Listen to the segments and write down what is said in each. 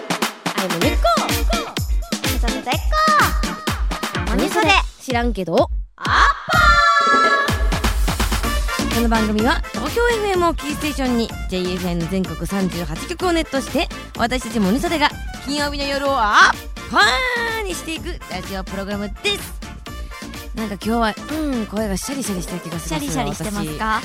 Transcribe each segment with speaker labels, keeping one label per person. Speaker 1: の根っこ
Speaker 2: めちゃめちゃいっか
Speaker 1: 何それ知らんけど
Speaker 2: アッ
Speaker 1: この番組は東京 FM をキーステーションに JFN 全国38局をネットして私たちモニソデが金曜日の夜をアッパーにしていくラジオプログラムですなんか今日はうん声がシャリシャリした気がす
Speaker 2: シ
Speaker 1: る
Speaker 2: ャリシャリしてますか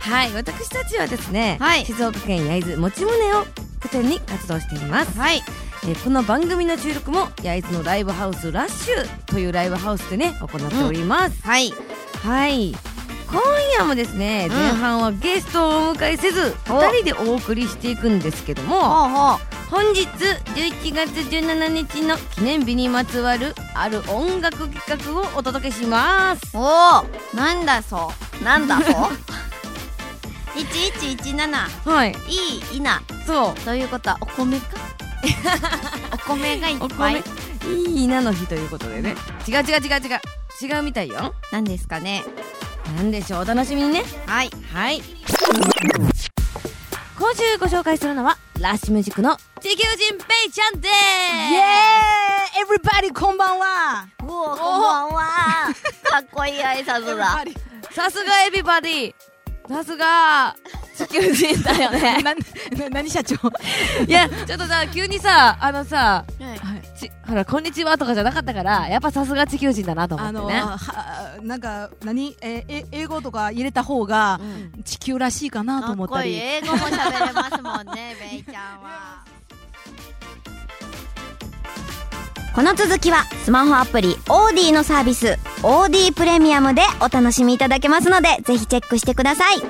Speaker 1: はい私たちはですね、
Speaker 2: はい
Speaker 1: 静岡県焼津もち胸を拠点に活動しています
Speaker 2: はい
Speaker 1: えーこの番組の収録も焼津のライブハウスラッシュというライブハウスでね行っております、
Speaker 2: はい
Speaker 1: はい今夜もですね、
Speaker 2: うん
Speaker 1: 前半はゲストをお迎えせず
Speaker 2: お
Speaker 1: 2人でお送りしていくんですけども
Speaker 2: ほうほう
Speaker 1: 本日11月17日の記念日にまつわるある音楽企画をお届けします
Speaker 2: おおなんだそうなんだ そう1117
Speaker 1: はい
Speaker 2: いいいな
Speaker 1: そう
Speaker 2: ということはお 米かお米がいっ
Speaker 1: お
Speaker 2: ぱ
Speaker 1: 米
Speaker 2: い
Speaker 1: いいなの日ということでね違う違う違う違う違うみたいよ
Speaker 2: なんですかね
Speaker 1: なんでしょうお楽しみにね
Speaker 2: はい
Speaker 1: はい今週ご紹介するのはラッシュミュージックの地球人ペイちゃんで
Speaker 2: イエ
Speaker 1: ーイエブリバディこんばんは
Speaker 2: おおこんば んはかっこいい挨拶だ
Speaker 1: さすがエビバディさすが地球人だよ ね
Speaker 3: 何社長
Speaker 1: いやちょっとさ急にさあのさ
Speaker 2: はい
Speaker 1: ちほら「こんにちは」とかじゃなかったからやっぱさすが地球人だなと思
Speaker 3: あ
Speaker 1: って
Speaker 3: の
Speaker 1: ね
Speaker 3: はなんか何えーえ英語とか入れた方が
Speaker 2: うん
Speaker 3: 地球らしいかなと
Speaker 2: か
Speaker 3: 思
Speaker 2: っ
Speaker 3: った
Speaker 2: こいい
Speaker 3: り
Speaker 2: 英語も喋れますもん ねベイちゃんは
Speaker 4: この続きはスマホアプリオーディのサービスオーディプレミアムでお楽しみいただけますのでぜひチェックしてください